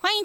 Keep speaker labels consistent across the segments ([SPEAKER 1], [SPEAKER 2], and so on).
[SPEAKER 1] 欢迎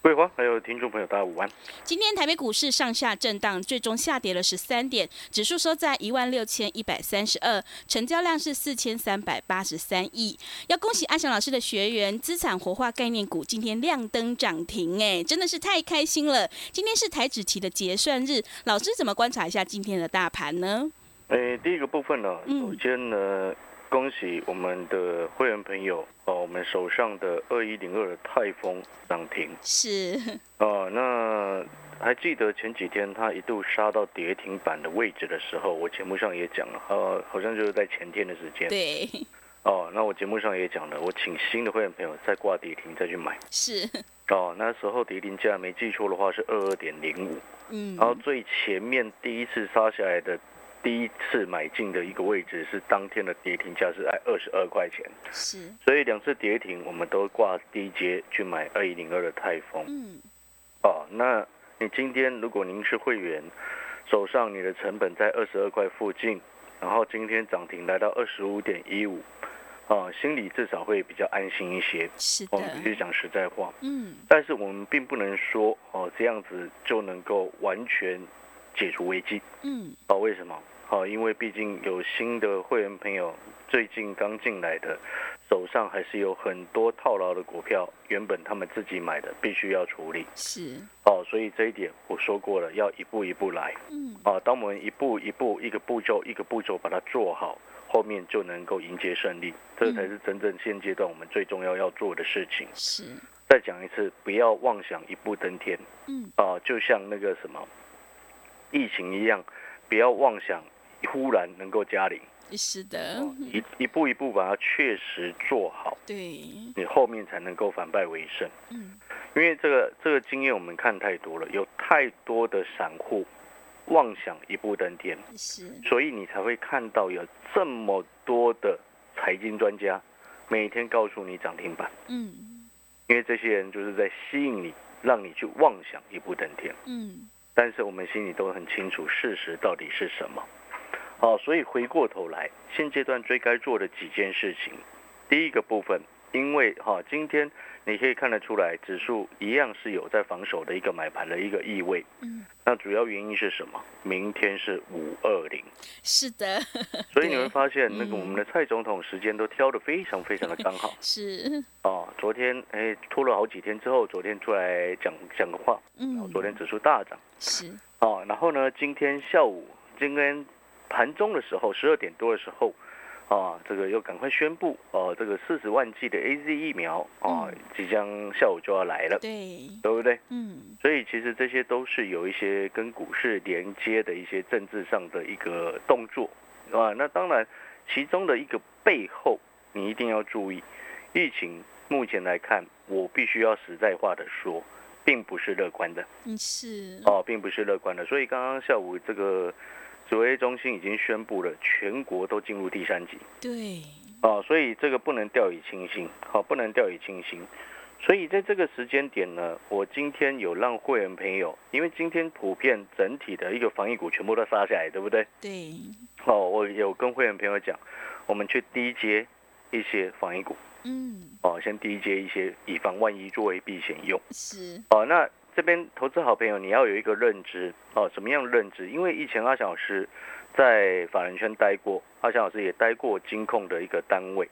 [SPEAKER 2] 桂花，还有听众朋友，大家午安。
[SPEAKER 1] 今天台北股市上下震荡，最终下跌了十三点，指数收在一万六千一百三十二，成交量是四千三百八十三亿。要恭喜阿祥老师的学员，资产活化概念股今天亮灯涨停，哎，真的是太开心了。今天是台指期的结算日，老师怎么观察一下今天的大盘呢？
[SPEAKER 2] 诶，第一个部分呢，
[SPEAKER 1] 嗯
[SPEAKER 2] 首先呢，恭喜我们的会员朋友哦，我们手上的二一零二的泰丰涨停
[SPEAKER 1] 是，
[SPEAKER 2] 哦。那还记得前几天它一度杀到跌停板的位置的时候，我节目上也讲了，呃，好像就是在前天的时间
[SPEAKER 1] 对，
[SPEAKER 2] 哦。那我节目上也讲了，我请新的会员朋友再挂跌停再去买
[SPEAKER 1] 是，
[SPEAKER 2] 哦。那时候跌停价没记错的话是二二点零五，
[SPEAKER 1] 嗯，
[SPEAKER 2] 然后最前面第一次杀下来的第一次买进的一个位置是当天的跌停价是在二十二块钱，
[SPEAKER 1] 是，
[SPEAKER 2] 所以两次跌停我们都挂低阶去买二一零二的泰丰
[SPEAKER 1] 嗯，
[SPEAKER 2] 哦。那你今天如果您是会员，手上你的成本在二十二块附近，然后今天涨停来到二十五点一五，哦，心里至少会比较安心一些。
[SPEAKER 1] 是
[SPEAKER 2] 我们必须
[SPEAKER 1] 的，
[SPEAKER 2] 讲实在话，
[SPEAKER 1] 嗯，
[SPEAKER 2] 但是我们并不能说哦这样子就能够完全解除危机。
[SPEAKER 1] 嗯，
[SPEAKER 2] 哦，为什么？哦，因为毕竟有新的会员朋友最近刚进来的，手上还是有很多套牢的股票，原本他们自己买的，必须要处理。
[SPEAKER 1] 是，
[SPEAKER 2] 哦，所以这一点我说过了，要一步一步来。
[SPEAKER 1] 嗯，
[SPEAKER 2] 啊，当我们一步一步、一个步骤一个步骤把它做好，后面就能够迎接胜利。这才是真正现阶段我们最重要要做的事情。
[SPEAKER 1] 是，
[SPEAKER 2] 再讲一次，不要妄想一步登天。
[SPEAKER 1] 嗯，
[SPEAKER 2] 啊，就像那个什么疫情一样，不要妄想忽然能够加零，
[SPEAKER 1] 是的，
[SPEAKER 2] 一一步一步把它确实做好，
[SPEAKER 1] 对，
[SPEAKER 2] 你后面才能够反败为胜。
[SPEAKER 1] 嗯，
[SPEAKER 2] 因为这个这个经验我们看太多了，有太多的散户妄想一步登天，
[SPEAKER 1] 是，
[SPEAKER 2] 所以你才会看到有这么多的财经专家每天告诉你涨停板，
[SPEAKER 1] 嗯，
[SPEAKER 2] 因为这些人就是在吸引你，让你去妄想一步登天。
[SPEAKER 1] 嗯，
[SPEAKER 2] 但是我们心里都很清楚事实到底是什么。好、所以回过头来，现阶段最该做的几件事情，第一个部分，因为哈、今天你可以看得出来，指数一样是有在防守的一个买盘的一个意味。
[SPEAKER 1] 嗯，
[SPEAKER 2] 那主要原因是什么？明天是五二零，
[SPEAKER 1] 是的，
[SPEAKER 2] 所以你
[SPEAKER 1] 对
[SPEAKER 2] 会发现，那个
[SPEAKER 1] 嗯
[SPEAKER 2] 我们的蔡总统时间都挑得非常非常的刚好
[SPEAKER 1] 是，
[SPEAKER 2] 哦。昨天哎拖了好几天之后，昨天出来讲讲个话，然后
[SPEAKER 1] 嗯，
[SPEAKER 2] 昨天指数大涨。
[SPEAKER 1] 是，
[SPEAKER 2] 哦，然后呢，今天下午，今天盘中的时候，十二点多的时候，啊，这个又赶快宣布，哦、这个四十万剂的 A Z 疫苗，啊
[SPEAKER 1] 嗯，
[SPEAKER 2] 即将下午就要来了，
[SPEAKER 1] 对，
[SPEAKER 2] 对不对？
[SPEAKER 1] 嗯，
[SPEAKER 2] 所以其实这些都是有一些跟股市连接的一些政治上的一个动作啊。那当然，其中的一个背后，你一定要注意，疫情目前来看，我必须要实在话的说，并不是乐观的。
[SPEAKER 1] 嗯，是，
[SPEAKER 2] 哦，并不是乐观的。所以刚刚下午这个指挥中心已经宣布了，全国都进入第三级
[SPEAKER 1] 对，
[SPEAKER 2] 哦，所以这个不能掉以轻心，好、不能掉以轻心。所以在这个时间点呢，我今天有让会员朋友，因为今天普遍整体的一个防疫股全部都杀下来，对不对？
[SPEAKER 1] 对，
[SPEAKER 2] 哦，我有跟会员朋友讲，我们去低接一些防疫股，
[SPEAKER 1] 嗯，
[SPEAKER 2] 哦，先低接一些，以防万一作为避险用。
[SPEAKER 1] 是，
[SPEAKER 2] 哦，那这边投资好朋友，你要有一个认知哦，什么样的认知？因为以前阿翔老师在法人圈待过，阿翔老师也待过金控的一个单位，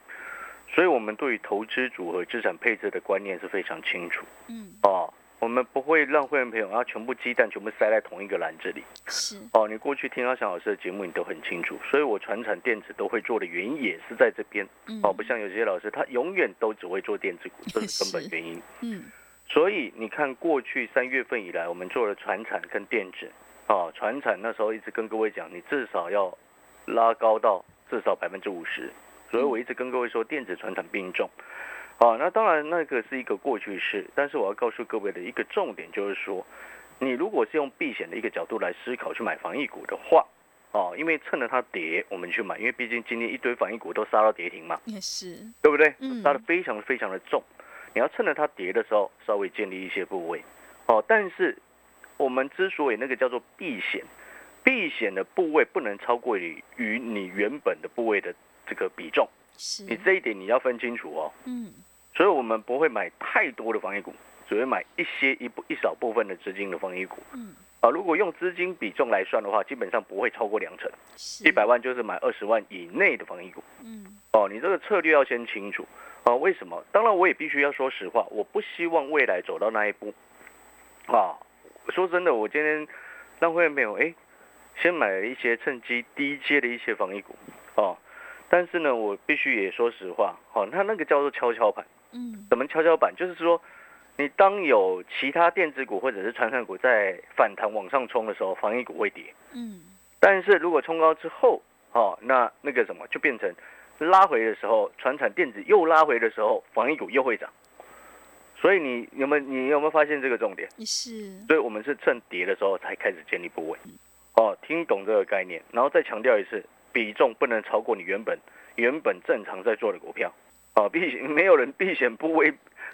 [SPEAKER 2] 所以我们对于投资组合、资产配置的观念是非常清楚
[SPEAKER 1] 嗯，
[SPEAKER 2] 哦。我们不会让会员朋友啊全部鸡蛋全部塞在同一个篮子里
[SPEAKER 1] 是，
[SPEAKER 2] 哦。你过去听阿翔老师的节目，你都很清楚，所以我传产电子都会做的原因也是在这边
[SPEAKER 1] 嗯，
[SPEAKER 2] 哦，不，像有些老师他永远都只会做电子股，这是根本
[SPEAKER 1] 是
[SPEAKER 2] 原因。
[SPEAKER 1] 嗯，
[SPEAKER 2] 所以你看，过去三月份以来，我们做了船产哦跟电子，啊，船产那时候一直跟各位讲，你至少要拉高到至少百分之五十。所以我一直跟各位说，电子传产并重。啊，那当然那个是一个过去式，但是我要告诉各位的一个重点就是说，你如果是用避险的一个角度来思考去买防疫股的话，哦、因为趁着它跌我们去买，因为毕竟今天一堆防疫股都杀到跌停嘛，
[SPEAKER 1] 也是，
[SPEAKER 2] 对不对
[SPEAKER 1] 嗯？
[SPEAKER 2] 杀的非常非常的重，你要趁着它跌的时候稍微建立一些部位。哦，但是我们之所以那个叫做避险，避险的部位不能超过你与你原本的部位的这个比重，
[SPEAKER 1] 是，
[SPEAKER 2] 你这一点你要分清楚哦。
[SPEAKER 1] 嗯，
[SPEAKER 2] 所以我们不会买太多的防疫股，只会买一些一部一少部分的资金的防疫股。
[SPEAKER 1] 嗯，
[SPEAKER 2] 啊，如果用资金比重来算的话，基本上不会超过两成，
[SPEAKER 1] 是
[SPEAKER 2] 一百，万就是买二十万以内的防疫股。
[SPEAKER 1] 嗯，
[SPEAKER 2] 哦，你这个策略要先清楚啊。为什么？当然，我也必须要说实话，我不希望未来走到那一步啊。说真的，我今天让会员朋友哎，先买了一些趁机低阶的一些防疫股哦。但是呢，我必须也说实话，哦，它那个叫做跷跷板。
[SPEAKER 1] 嗯，
[SPEAKER 2] 怎么跷跷板？就是说，你当有其他电子股或者是传产股在反弹往上冲的时候，防疫股会跌。
[SPEAKER 1] 嗯，
[SPEAKER 2] 但是如果冲高之后，哦，那那个什么就变成拉回的时候，船产电子又拉回的时候，防疫股又会涨。所以你有没有你有没有发现这个重点？
[SPEAKER 1] 也是，
[SPEAKER 2] 所以我们是趁跌的时候才开始建立部位。哦，听懂这个概念，然后再强调一次，比重不能超过你原本原本正常在做的股票。哦，避险没有人避险部位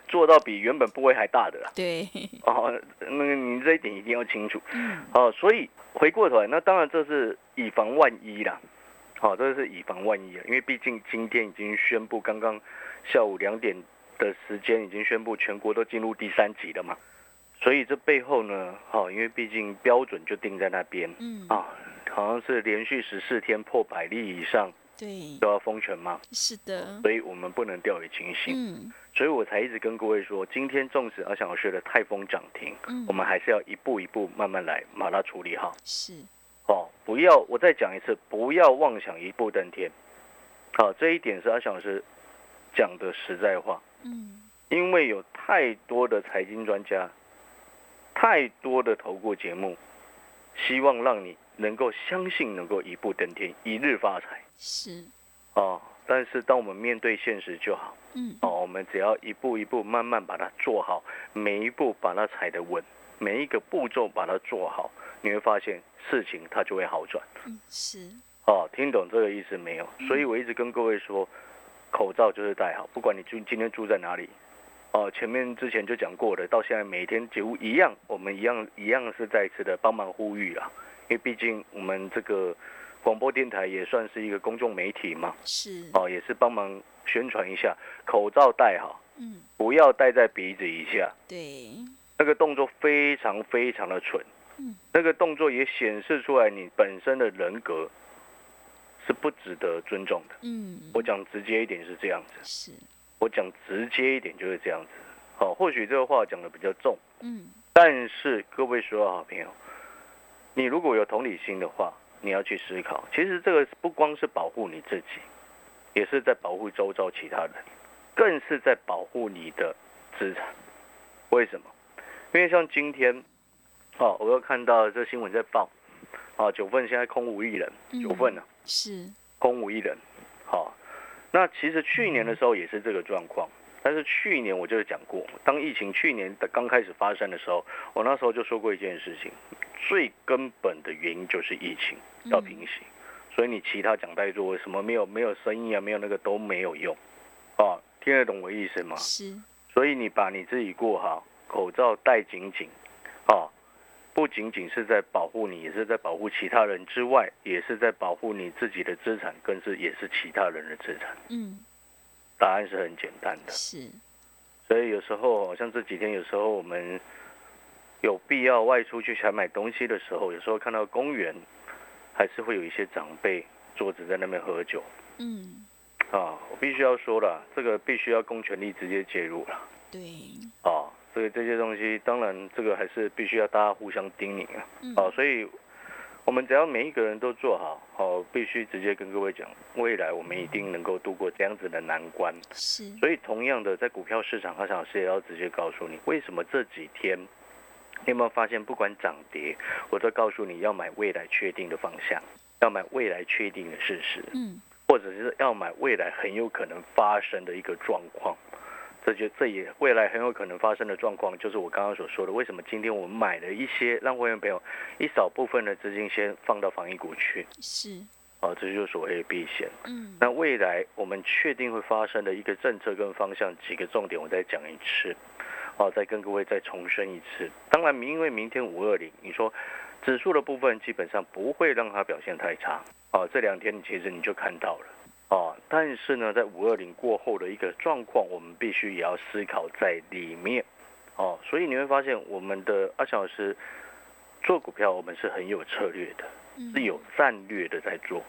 [SPEAKER 2] 做到比原本部位还大的啦。
[SPEAKER 1] 对，
[SPEAKER 2] 哦，那个你这一点一定要清楚。
[SPEAKER 1] 嗯，
[SPEAKER 2] 哦，所以回过头来，那当然这是以防万一啦。好、这是以防万一啊，因为毕竟今天已经宣布，刚刚下午两点的时间已经宣布全国都进入第三级了嘛，所以这背后呢，好、因为毕竟标准就定在那边
[SPEAKER 1] 嗯，
[SPEAKER 2] 啊，好像是连续十四天破百例以上
[SPEAKER 1] 对，
[SPEAKER 2] 都要封城嘛，
[SPEAKER 1] 是的，
[SPEAKER 2] 所以我们不能掉以轻心，
[SPEAKER 1] 嗯，
[SPEAKER 2] 所以我才一直跟各位说，今天纵使阿翔老师的泰丰涨停，
[SPEAKER 1] 嗯
[SPEAKER 2] 我，们还是要一步一步慢慢来把它处理好。
[SPEAKER 1] 是，
[SPEAKER 2] 哦，不要，我再讲一次，不要妄想一步登天。好、这一点是阿翔老师讲的实在话，
[SPEAKER 1] 嗯，
[SPEAKER 2] 因为有太多的财经专家，太多的投顾节目，希望让你能够相信能够一步登天，一日发财
[SPEAKER 1] 是，
[SPEAKER 2] 哦。但是当我们面对现实就好
[SPEAKER 1] 嗯，
[SPEAKER 2] 哦，我们只要一步一步慢慢把它做好，每一步把它踩得稳，每一个步骤把它做好，你会发现事情它就会好转。
[SPEAKER 1] 嗯，是，
[SPEAKER 2] 哦，听懂这个意思没有？所以我一直跟各位说，口罩就是戴好，不管你住今天住在哪里。哦，前面之前就讲过的，到现在每天几乎一样，我们一样一样是再次的帮忙呼吁啊，因为毕竟我们这个广播电台也算是一个公众媒体嘛，
[SPEAKER 1] 是，
[SPEAKER 2] 哦，也是帮忙宣传一下，口罩戴好，
[SPEAKER 1] 嗯，
[SPEAKER 2] 不要戴在鼻子以下，
[SPEAKER 1] 对，
[SPEAKER 2] 那个动作非常非常的蠢，
[SPEAKER 1] 嗯
[SPEAKER 2] 那个动作也显示出来你本身的人格是不值得尊重的。
[SPEAKER 1] 嗯，
[SPEAKER 2] 我讲直接一点是这样子，
[SPEAKER 1] 是，
[SPEAKER 2] 我讲直接一点就是这样子。好、或许这个话讲的比较重，
[SPEAKER 1] 嗯，
[SPEAKER 2] 但是各位所有好朋友，你如果有同理心的话，你要去思考，其实这个不光是保护你自己，也是在保护周遭其他人，更是在保护你的资产。为什么？因为像今天，哦，我又看到这新闻在报，啊，九份现在空无一人，
[SPEAKER 1] 嗯
[SPEAKER 2] 九份呢、啊
[SPEAKER 1] 是，
[SPEAKER 2] 空无一人。好、那其实去年的时候也是这个状况，但是去年我就是讲过，当疫情去年的刚开始发生的时候，我那时候就说过一件事情，最根本的原因就是疫情要平息，所以你其他讲太多，什么没有没有生意啊，没有那个都没有用，啊，听得懂我意思吗？
[SPEAKER 1] 是，
[SPEAKER 2] 所以你把你自己过好，口罩戴紧紧，哦，不仅仅是在保护你，也是在保护其他人之外，也是在保护你自己的资产，更是也是其他人的资产。
[SPEAKER 1] 嗯，
[SPEAKER 2] 答案是很简单的，
[SPEAKER 1] 是，
[SPEAKER 2] 所以有时候好像这几天，有时候我们有必要外出去采买东西的时候，有时候看到公园，还是会有一些长辈坐着在那边喝酒
[SPEAKER 1] 嗯，
[SPEAKER 2] 啊。我必须要说了，这个必须要公权力直接介入了。
[SPEAKER 1] 对，
[SPEAKER 2] 哦，所以这些东西当然这个还是必须要大家互相叮咛啊。
[SPEAKER 1] 嗯，
[SPEAKER 2] 哦，所以我们只要每一个人都做好，哦，必须直接跟各位讲，未来我们一定能够度过这样子的难关。
[SPEAKER 1] 是，
[SPEAKER 2] 所以同样的，在股票市场，阿翔老师也要直接告诉你，为什么这几天。你有没有发现，不管涨跌，我都告诉你要买未来确定的方向，要买未来确定的事实。
[SPEAKER 1] 嗯，
[SPEAKER 2] 或者是要买未来很有可能发生的一个状况。这就这也未来很有可能发生的状况，就是我刚刚所说的，为什么今天我们买了一些，让会员朋友一少部分的资金先放到防疫股去，
[SPEAKER 1] 是，
[SPEAKER 2] 啊，这就是所谓的避险。
[SPEAKER 1] 嗯，
[SPEAKER 2] 那未来我们确定会发生的一个政策跟方向几个重点，我再讲一次，哦，再跟各位再重申一次。当然，明因为明天五二零，你说指数的部分基本上不会让它表现太差，哦，这两天其实你就看到了，哦，但是呢，在五二零过后的一个状况，我们必须也要思考在里面，哦，所以你会发现我们的阿翔老师做股票，我们是很有策略的。
[SPEAKER 1] 嗯
[SPEAKER 2] 是有战略的在做，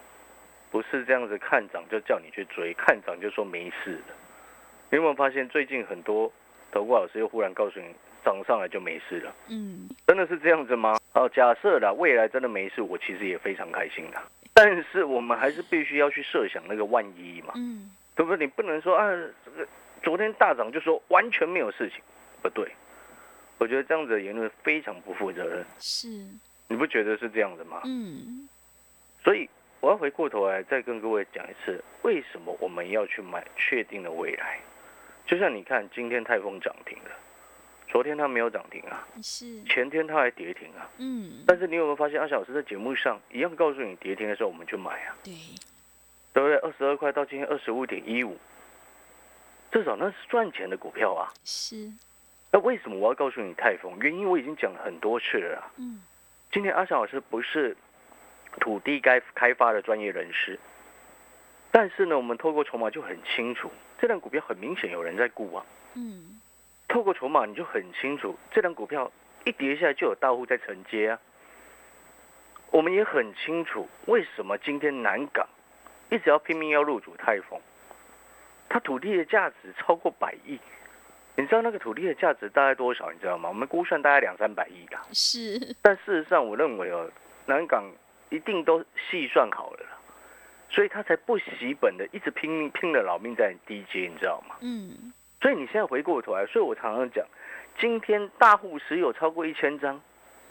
[SPEAKER 2] 不是这样子看涨就叫你去追，看涨就说没事的。你有没有发现最近很多投顾老师又忽然告诉你涨上来就没事了？
[SPEAKER 1] 嗯，
[SPEAKER 2] 真的是这样子吗？哦，假设啦，未来真的没事，我其实也非常开心的。但是我们还是必须要去设想那个万一嘛，
[SPEAKER 1] 嗯，
[SPEAKER 2] 对不对？你不能说啊，这个昨天大涨就说完全没有事情，不对。我觉得这样子的言论非常不负责任，
[SPEAKER 1] 是，
[SPEAKER 2] 你不觉得是这样子吗？
[SPEAKER 1] 嗯，
[SPEAKER 2] 所以我要回过头来再跟各位讲一次，为什么我们要去买确定的未来？就像你看，今天泰丰涨停了，昨天它没有涨停啊，
[SPEAKER 1] 是，
[SPEAKER 2] 前天它还跌停啊。
[SPEAKER 1] 嗯，
[SPEAKER 2] 但是你有没有发现，阿小老师在节目上一样告诉你跌停的时候我们去买啊，
[SPEAKER 1] 对，
[SPEAKER 2] 对不对？二十二块到今天二十五点一五，至少那是赚钱的股票啊。
[SPEAKER 1] 是，
[SPEAKER 2] 那为什么我要告诉你泰丰？原因我已经讲了很多次了啊、
[SPEAKER 1] 嗯，
[SPEAKER 2] 今天阿翔老师不是土地该开发的专业人士，但是呢，我们透过筹码就很清楚，这档股票很明显有人在估啊。
[SPEAKER 1] 嗯，
[SPEAKER 2] 透过筹码你就很清楚，这档股票一跌下来就有大户在承接啊。我们也很清楚，为什么今天南港一直要拼命要入主泰丰，它土地的价值超过百亿，你知道那个土地的价值大概多少？你知道吗？我们估算大概两三百亿的啊。
[SPEAKER 1] 是，
[SPEAKER 2] 但事实上，我认为哦，南港一定都细算好了啦，所以他才不惜本的一直拼命拼了老命在低阶，你知道吗？
[SPEAKER 1] 嗯，
[SPEAKER 2] 所以你现在回过头来，所以我常常讲，今天大户持有超过一千张，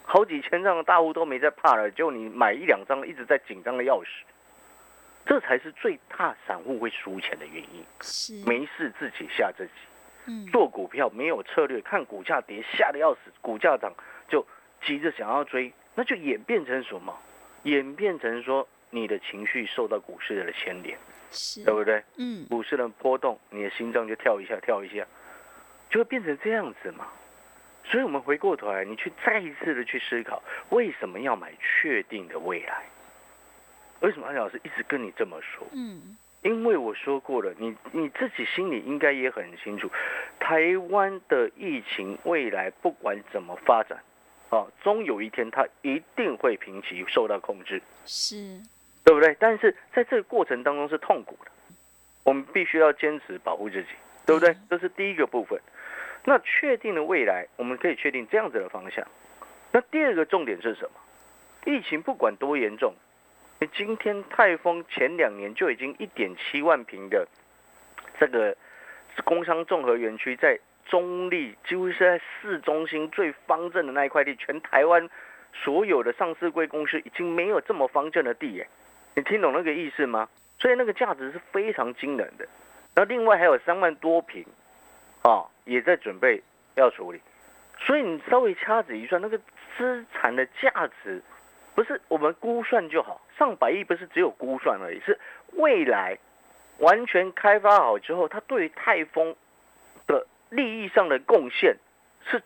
[SPEAKER 2] 好几千张的大户都没在怕了，就你买一两张一直在紧张的要死，这才是最大散户会输钱的原因。
[SPEAKER 1] 是，
[SPEAKER 2] 没事自己吓自己。
[SPEAKER 1] 嗯，
[SPEAKER 2] 做股票没有策略，看股价跌吓得要死，股价涨就急着想要追，那就演变成什么？演变成说你的情绪受到股市的牵连，
[SPEAKER 1] 是
[SPEAKER 2] 对，不对？
[SPEAKER 1] 嗯，
[SPEAKER 2] 股市的波动，你的心脏就跳一下跳一下，就会变成这样子嘛。所以我们回过头来，你去再一次的去思考，为什么要买确定的未来？为什么安老师一直跟你这么说？
[SPEAKER 1] 嗯，
[SPEAKER 2] 因为我说过了，你你自己心里应该也很清楚，台湾的疫情未来不管怎么发展，啊，终有一天它一定会平息，受到控制，
[SPEAKER 1] 是，
[SPEAKER 2] 对不对？但是在这个过程当中是痛苦的，我们必须要坚持保护自己，对不对
[SPEAKER 1] 嗯？
[SPEAKER 2] 这是第一个部分。那确定的未来，我们可以确定这样子的方向。那第二个重点是什么？疫情不管多严重，你今天泰丰前两年就已经一点七万平的这个工商综合园区，在中立几乎是在市中心最方正的那一块地，全台湾所有的上市贵公司已经没有这么方正的地耶。你听懂那个意思吗？所以那个价值是非常惊人的。然后另外还有三万多平，啊、也在准备要处理。所以你稍微掐指一算，那个资产的价值不是我们估算就好，上百亿不是只有估算而已，是未来完全开发好之后，它对于泰丰的利益上的贡献是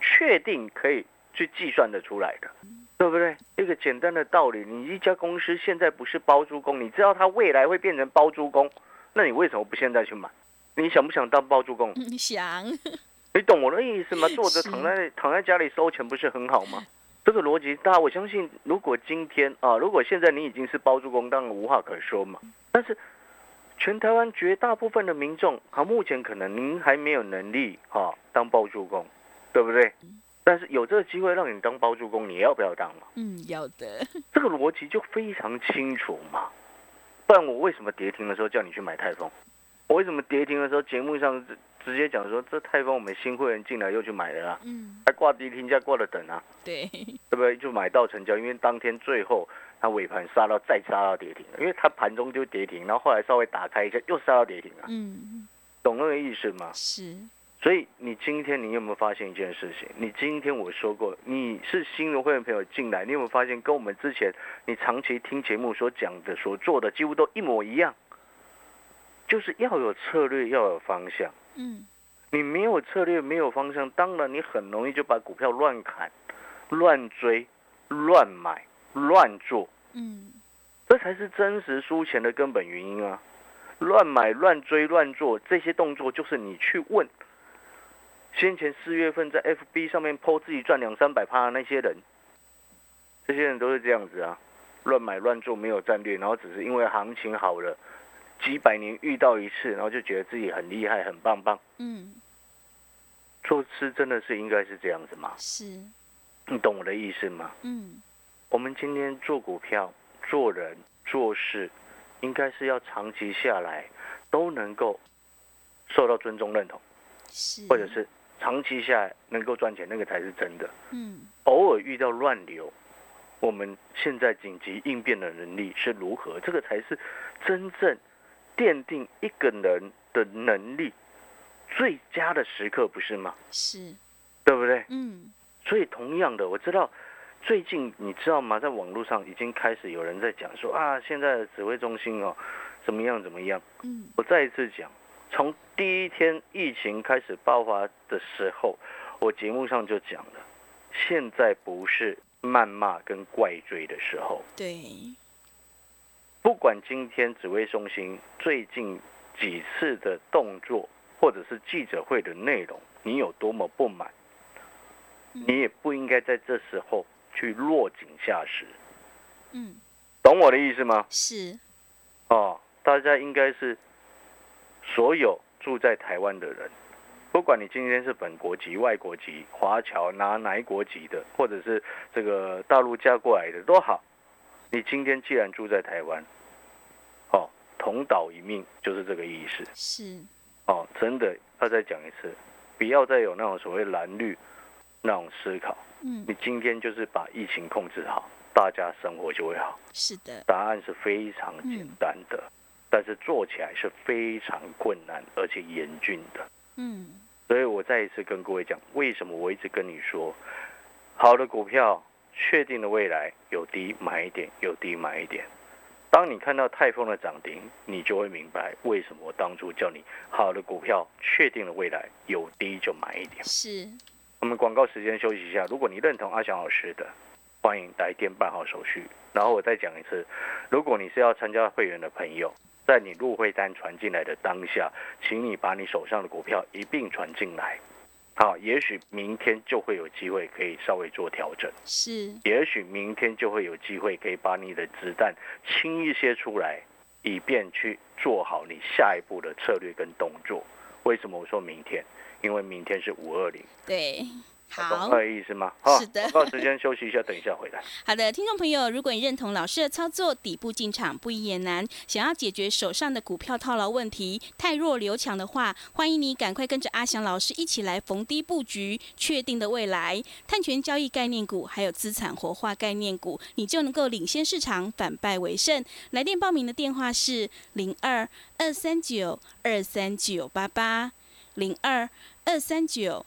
[SPEAKER 2] 确定可以去计算得出来的，对不对？一个简单的道理，你一家公司现在不是包租公，你知道它未来会变成包租公，那你为什么不现在去买？你想不想当包租公？
[SPEAKER 1] 嗯想，
[SPEAKER 2] 你懂我的意思吗？坐着
[SPEAKER 1] 是
[SPEAKER 2] 躺在躺在家里收钱不是很好吗？这个逻辑大，我相信如果今天啊，如果现在你已经是包租公，当然无话可说嘛。但是全台湾绝大部分的民众，啊，目前可能您还没有能力啊当包租公，对不对？但是有这个机会让你当包租公，你要不要当嘛？
[SPEAKER 1] 嗯，要的，
[SPEAKER 2] 这个逻辑就非常清楚嘛。不然我为什么跌停的时候叫你去买泰丰？我为什么跌停的时候节目上直直接讲说这泰丰我们新会员进来又去买了啊，
[SPEAKER 1] 嗯，
[SPEAKER 2] 还挂跌停价挂了等啊，
[SPEAKER 1] 对，
[SPEAKER 2] 对不对？就买到成交，因为当天最后它尾盘杀到再杀到跌停了，因为它盘中就跌停，然后后来稍微打开一下又杀到跌停了，
[SPEAKER 1] 嗯，
[SPEAKER 2] 懂那个意思吗？
[SPEAKER 1] 是，
[SPEAKER 2] 所以你今天你有没有发现一件事情？你今天我说过，你是新的会员朋友进来，你有没有发现跟我们之前你长期听节目所讲的、所做的几乎都一模一样？就是要有策略，要有方向。
[SPEAKER 1] 嗯
[SPEAKER 2] 你没有策略，没有方向，当然你很容易就把股票乱砍、乱追、乱买、乱做，
[SPEAKER 1] 嗯
[SPEAKER 2] 这才是真实输钱的根本原因啊！乱买、乱追、乱做这些动作，就是你去问先前四月份在 FB 上面 PO 自己赚两三百趴的那些人，这些人都是这样子啊，乱买乱做没有战略，然后只是因为行情好了，几百年遇到一次，然后就觉得自己很厉害、很棒棒。
[SPEAKER 1] 嗯，
[SPEAKER 2] 做吃真的是应该是这样子吗？
[SPEAKER 1] 是，
[SPEAKER 2] 你懂我的意思吗？
[SPEAKER 1] 嗯
[SPEAKER 2] 我们今天做股票、做人、做事，应该是要长期下来都能够受到尊重、认同，
[SPEAKER 1] 是，
[SPEAKER 2] 或者是长期下来能够赚钱，那个才是真的。
[SPEAKER 1] 嗯
[SPEAKER 2] 偶尔遇到乱流，我们现在紧急应变的能力是如何？这个才是真正奠定一个人的能力最佳的时刻，不是吗？
[SPEAKER 1] 是，
[SPEAKER 2] 对不对？
[SPEAKER 1] 嗯
[SPEAKER 2] 所以同样的，我知道最近你知道吗？在网络上已经开始有人在讲说啊，现在的指挥中心哦，怎么样怎么样。
[SPEAKER 1] 嗯
[SPEAKER 2] 我再一次讲，从第一天疫情开始爆发的时候，我节目上就讲了，现在不是谩骂跟怪罪的时候。
[SPEAKER 1] 对，嗯
[SPEAKER 2] 不管今天指挥中心最近几次的动作，或者是记者会的内容，你有多么不满，
[SPEAKER 1] 嗯
[SPEAKER 2] 你也不应该在这时候去落井下石，
[SPEAKER 1] 嗯
[SPEAKER 2] 懂我的意思吗？
[SPEAKER 1] 是，
[SPEAKER 2] 哦，大家应该是所有住在台湾的人，不管你今天是本国籍、外国籍、华侨拿哪一国籍的，或者是这个大陆嫁过来的都好，你今天既然住在台湾，哦，同岛一命就是这个意思。
[SPEAKER 1] 是，
[SPEAKER 2] 哦，真的要再讲一次，不要再有那种所谓蓝绿那种思考。
[SPEAKER 1] 嗯
[SPEAKER 2] 你今天就是把疫情控制好，大家生活就会好。
[SPEAKER 1] 是的，
[SPEAKER 2] 答案是非常简单的，但是做起来是非常困难而且严峻的。
[SPEAKER 1] 嗯
[SPEAKER 2] 所以我再一次跟各位讲，为什么我一直跟你说，好的股票确定的未来有低买一点，有低买一点。当你看到泰丰的涨停，你就会明白为什么我当初叫你好的股票确定了未来有低就买一点。
[SPEAKER 1] 是，
[SPEAKER 2] 我们广告时间休息一下。如果你认同阿翔老师的，欢迎来电办好手续。然后我再讲一次，如果你是要参加会员的朋友，在你入会单传进来的当下，请你把你手上的股票一并传进来。好，也许明天就会有机会可以稍微做调整，
[SPEAKER 1] 是，
[SPEAKER 2] 也许明天就会有机会可以把你的子弹清一些出来，以便去做好你下一步的策略跟动作。为什么我说明天？因为明天是五二零。
[SPEAKER 1] 对，好
[SPEAKER 2] 懂。那个意思吗？好
[SPEAKER 1] 是的
[SPEAKER 2] 广告时间休息一下，等一下回 来。
[SPEAKER 1] 好的，听众朋友，如果你认同老师的操作，底部进场不易也难。想要解决手上的股票套牢问题，太弱留强的话，欢迎你赶快跟着阿翔老师一起来逢低布局，确定的未来，碳权交易概念股，还有资产活化概念股，你就能够领先市场，反败为胜。来电报名的电话是零二二三九二三九八八零二二三九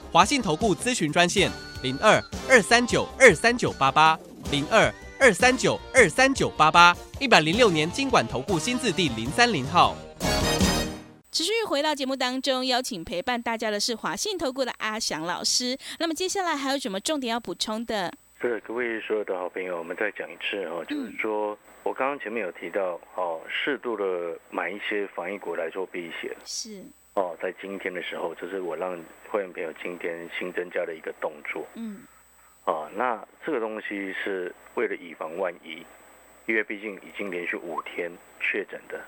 [SPEAKER 3] 华信投顾咨询专线零二二三九二三九八八零二二三九二三九八八，一百零六年经管投顾新字第零三零号。
[SPEAKER 1] 持续回到节目当中，邀请陪伴大家的是华信投顾的阿翔老师。那么接下来还有什么重点要补充的？
[SPEAKER 2] 是各位所有的好朋友，我们再讲一次
[SPEAKER 1] 嗯
[SPEAKER 2] 哦，就是说我刚刚前面有提到哦，适度的买一些防疫股来做避险
[SPEAKER 1] 是，
[SPEAKER 2] 哦，在今天的时候，这是我让会员朋友今天新增加的一个动作
[SPEAKER 1] 嗯，
[SPEAKER 2] 啊、哦。那这个东西是为了以防万一因为毕竟已经连续五天确诊的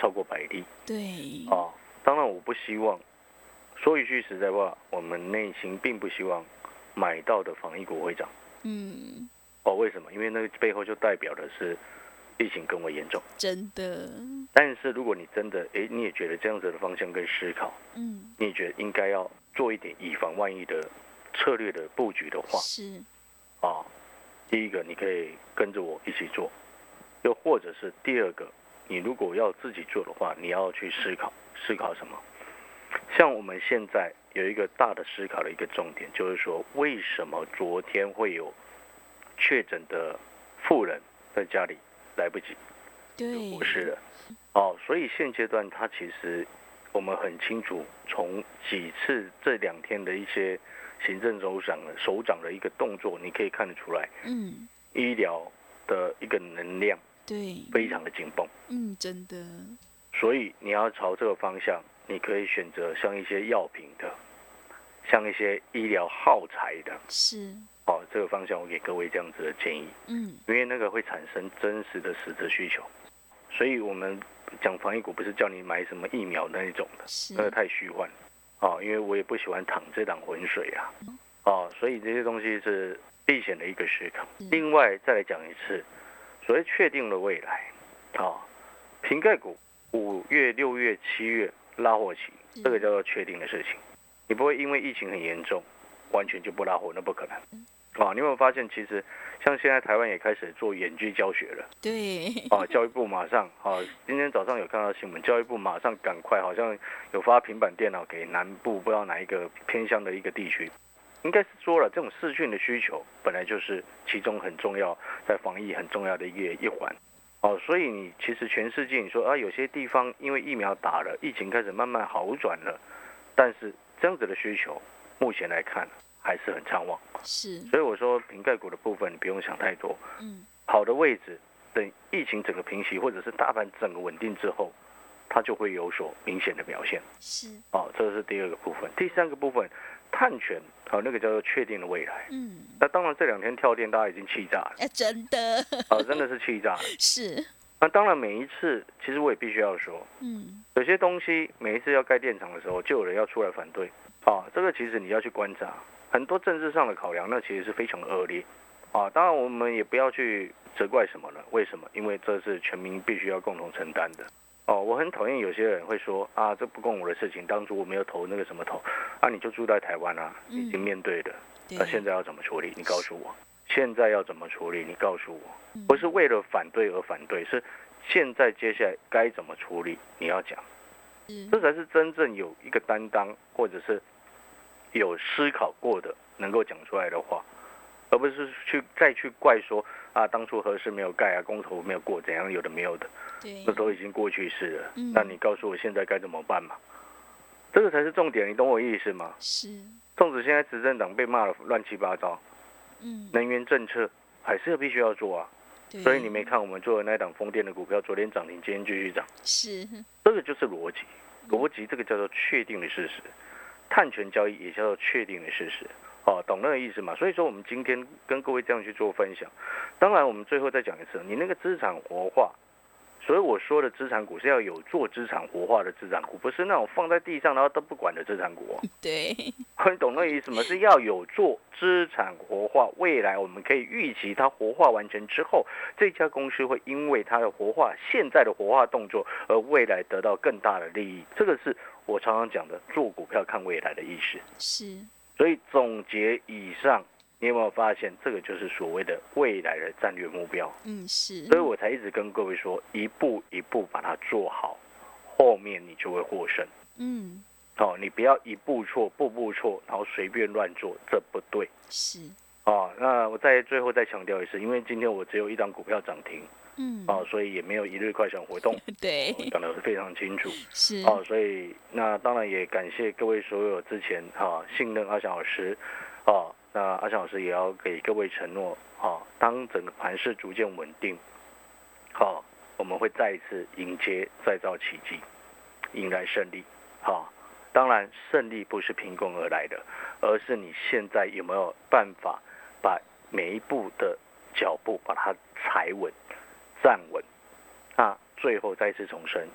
[SPEAKER 2] 超过百例
[SPEAKER 1] 对，
[SPEAKER 2] 啊、当然，我不希望说一句实在话，我们内心并不希望买到的防疫股会涨
[SPEAKER 1] 嗯，
[SPEAKER 2] 哦。为什么？因为那个背后就代表的是疫情更为严重。
[SPEAKER 1] 真的，
[SPEAKER 2] 但是如果你真的诶，你也觉得这样子的方向跟思考，
[SPEAKER 1] 嗯，
[SPEAKER 2] 你也觉得应该要做一点以防万一的策略的布局的话
[SPEAKER 1] 是，
[SPEAKER 2] 啊，第一个你可以跟着我一起做，又或者是第二个，你如果要自己做的话，你要去思考思考什么。像我们现在有一个大的思考的一个重点，就是说为什么昨天会有确诊的富人在家里来不及
[SPEAKER 1] 对，
[SPEAKER 2] 不是的，哦，所以现阶段它其实我们很清楚，从几次这两天的一些行政首长的首长的一个动作，你可以看得出来，
[SPEAKER 1] 嗯，
[SPEAKER 2] 医疗的一个能量
[SPEAKER 1] 对，
[SPEAKER 2] 非常的紧绷，
[SPEAKER 1] 嗯，真的，
[SPEAKER 2] 所以你要朝这个方向，你可以选择像一些药品的，像一些医疗耗材的，
[SPEAKER 1] 是，
[SPEAKER 2] 哦，这个方向我给各位这样子的建议。
[SPEAKER 1] 嗯，
[SPEAKER 2] 因为那个会产生真实的实质需求，所以我们讲防疫股不是叫你买什么疫苗那一种的，
[SPEAKER 1] 是
[SPEAKER 2] 那，个呃太虚幻啊，因为我也不喜欢淌这档浑水啊，
[SPEAKER 1] 哦
[SPEAKER 2] 啊，所以这些东西是避险的一个思考。
[SPEAKER 1] 嗯
[SPEAKER 2] 另外再来讲一次，所谓确定了未来，啊，瓶盖股五月、六月、七月拉货期，
[SPEAKER 1] 嗯
[SPEAKER 2] 这个叫做确定的事情，你不会因为疫情很严重，完全就不拉货，那不可能。
[SPEAKER 1] 嗯
[SPEAKER 2] 啊，你有没有发现，其实像现在台湾也开始做远距教学了。
[SPEAKER 1] 对，
[SPEAKER 2] 啊，教育部马上啊，今天早上有看到新闻，教育部马上赶快，好像有发平板电脑给南部不知道哪一个偏乡的一个地区，应该是说了，这种视讯的需求本来就是其中很重要，在防疫很重要的一个一环。哦，所以你其实全世界，你说啊，有些地方因为疫苗打了，疫情开始慢慢好转了，但是这样子的需求，目前来看还是很畅旺。
[SPEAKER 1] 是，
[SPEAKER 2] 所以我说，瓶盖股的部分你不用想太多，
[SPEAKER 1] 嗯，
[SPEAKER 2] 好的位置，等疫情整个平息或者是大盘整个稳定之后，它就会有所明显的表现。
[SPEAKER 1] 是，
[SPEAKER 2] 哦，这是第二个部分。第三个部分，探权，好、那个叫做确定的未来。
[SPEAKER 1] 嗯，
[SPEAKER 2] 那当然，这两天跳电，大家已经气炸了，
[SPEAKER 1] 哎，真的
[SPEAKER 2] 哦，真的是气炸了。
[SPEAKER 1] 是，
[SPEAKER 2] 那当然，每一次，其实我也必须要说，
[SPEAKER 1] 嗯，
[SPEAKER 2] 有些东西每一次要盖电厂的时候，就有人要出来反对。啊，这个其实你要去观察，很多政治上的考量，那其实是非常恶劣。啊，当然我们也不要去责怪什么了，为什么？因为这是全民必须要共同承担的。哦，我很讨厌有些人会说啊，这不关我的事情，当初我没有投那个什么投，啊，你就住在台湾啊，
[SPEAKER 1] 嗯
[SPEAKER 2] 已经面对的，
[SPEAKER 1] 对
[SPEAKER 2] 那、，现在要怎么处理？你告诉我，现在要怎么处理？你告诉我。
[SPEAKER 1] 嗯
[SPEAKER 2] 不是为了反对而反对，是现在接下来该怎么处理，你要讲，
[SPEAKER 1] 是
[SPEAKER 2] 这才是真正有一个担当，或者是有思考过的，能够讲出来的话，而不是去再去怪说啊，当初何时没有盖啊，公投没有过，怎样有的没有的，
[SPEAKER 1] 对
[SPEAKER 2] 这，都已经过去式了。
[SPEAKER 1] 嗯
[SPEAKER 2] 那你告诉我现在该怎么办嘛？这个才是重点，你懂我意思吗？
[SPEAKER 1] 是，
[SPEAKER 2] 粽子现在执政党被骂的乱七八糟，
[SPEAKER 1] 嗯，
[SPEAKER 2] 能源政策还是必须要做啊。
[SPEAKER 1] 对，
[SPEAKER 2] 所以你没看我们做的那一档风电的股票，昨天涨停，今天继续涨，
[SPEAKER 1] 是，
[SPEAKER 2] 这个就是逻辑。逻辑这个叫做确定的事实，碳权交易也叫做确定的事实。哦，懂那个意思嘛？所以说我们今天跟各位这样去做分享。当然，我们最后再讲一次，你那个资产活化，所以我说的资产股是要有做资产活化的资产股，不是那种放在地上然后都不管的资产股、哦。
[SPEAKER 1] 对，
[SPEAKER 2] 你懂那个意思吗？是要有做资产活化，未来我们可以预期它活化完成之后，这家公司会因为它的活化现在的活化动作，而未来得到更大的利益。这个是我常常讲的，做股票看未来的意识。
[SPEAKER 1] 是，
[SPEAKER 2] 所以总结以上，你有没有发现，这个就是所谓的未来的战略目标？
[SPEAKER 1] 嗯，是，
[SPEAKER 2] 所以我才一直跟各位说，一步一步把它做好，后面你就会获胜。
[SPEAKER 1] 嗯，
[SPEAKER 2] 哦，你不要一步错，步步错，然后随便乱做，这不对。
[SPEAKER 1] 是，
[SPEAKER 2] 哦，那我再最后再强调一次，因为今天我只有一张股票涨停，
[SPEAKER 1] 嗯，
[SPEAKER 2] 哦，所以也没有一日快闪活动，
[SPEAKER 1] 对，
[SPEAKER 2] 我讲的非常清楚。
[SPEAKER 1] 是，
[SPEAKER 2] 哦，所以那当然也感谢各位所有之前哈、信任阿翔老师，哦，那阿翔老师也要给各位承诺，哦，当整个盘势逐渐稳定，好、我们会再一次迎接再造奇迹，迎来胜利，好、当然胜利不是凭空而来的，而是你现在有没有办法把每一步的脚步把它踩稳，站稳。那最后再次重申，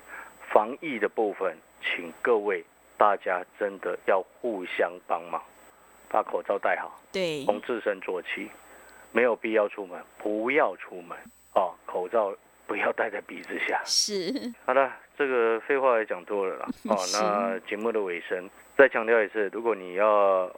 [SPEAKER 2] 防疫的部分，请各位大家真的要互相帮忙，把口罩戴好，
[SPEAKER 1] 对，
[SPEAKER 2] 从自身做起，没有必要出门，不要出门哦，口罩不要戴在鼻子下。
[SPEAKER 1] 是，，
[SPEAKER 2] 好的，这个废话也讲多了啦。哦
[SPEAKER 1] 是
[SPEAKER 2] 那节目的尾声再强调一次，如果你要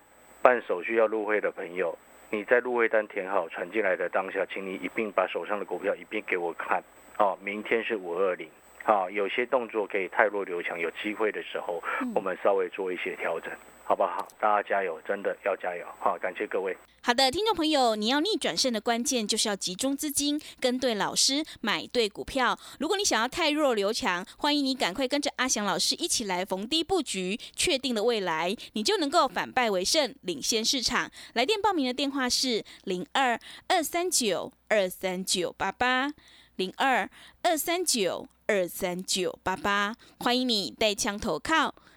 [SPEAKER 2] 办手续要入会的朋友，你在入会单填好传进来的当下，请你一并把手上的股票一并给我看。哦，明天是五二零。好，有些动作可以太弱留强，有机会的时候
[SPEAKER 1] 嗯
[SPEAKER 2] 我们稍微做一些调整，好不好？大家加油，真的要加油！好，感谢各位。
[SPEAKER 1] 好的，听众朋友，你要逆转胜的关键就是要集中资金，跟对老师，买对股票。如果你想要太弱留强，欢迎你赶快跟着阿翔老师一起来逢低布局，确定了未来，你就能够反败为胜，领先市场。来电报名的电话是零二二三九二三九八八零二二三九二三九八八，欢迎你带枪投靠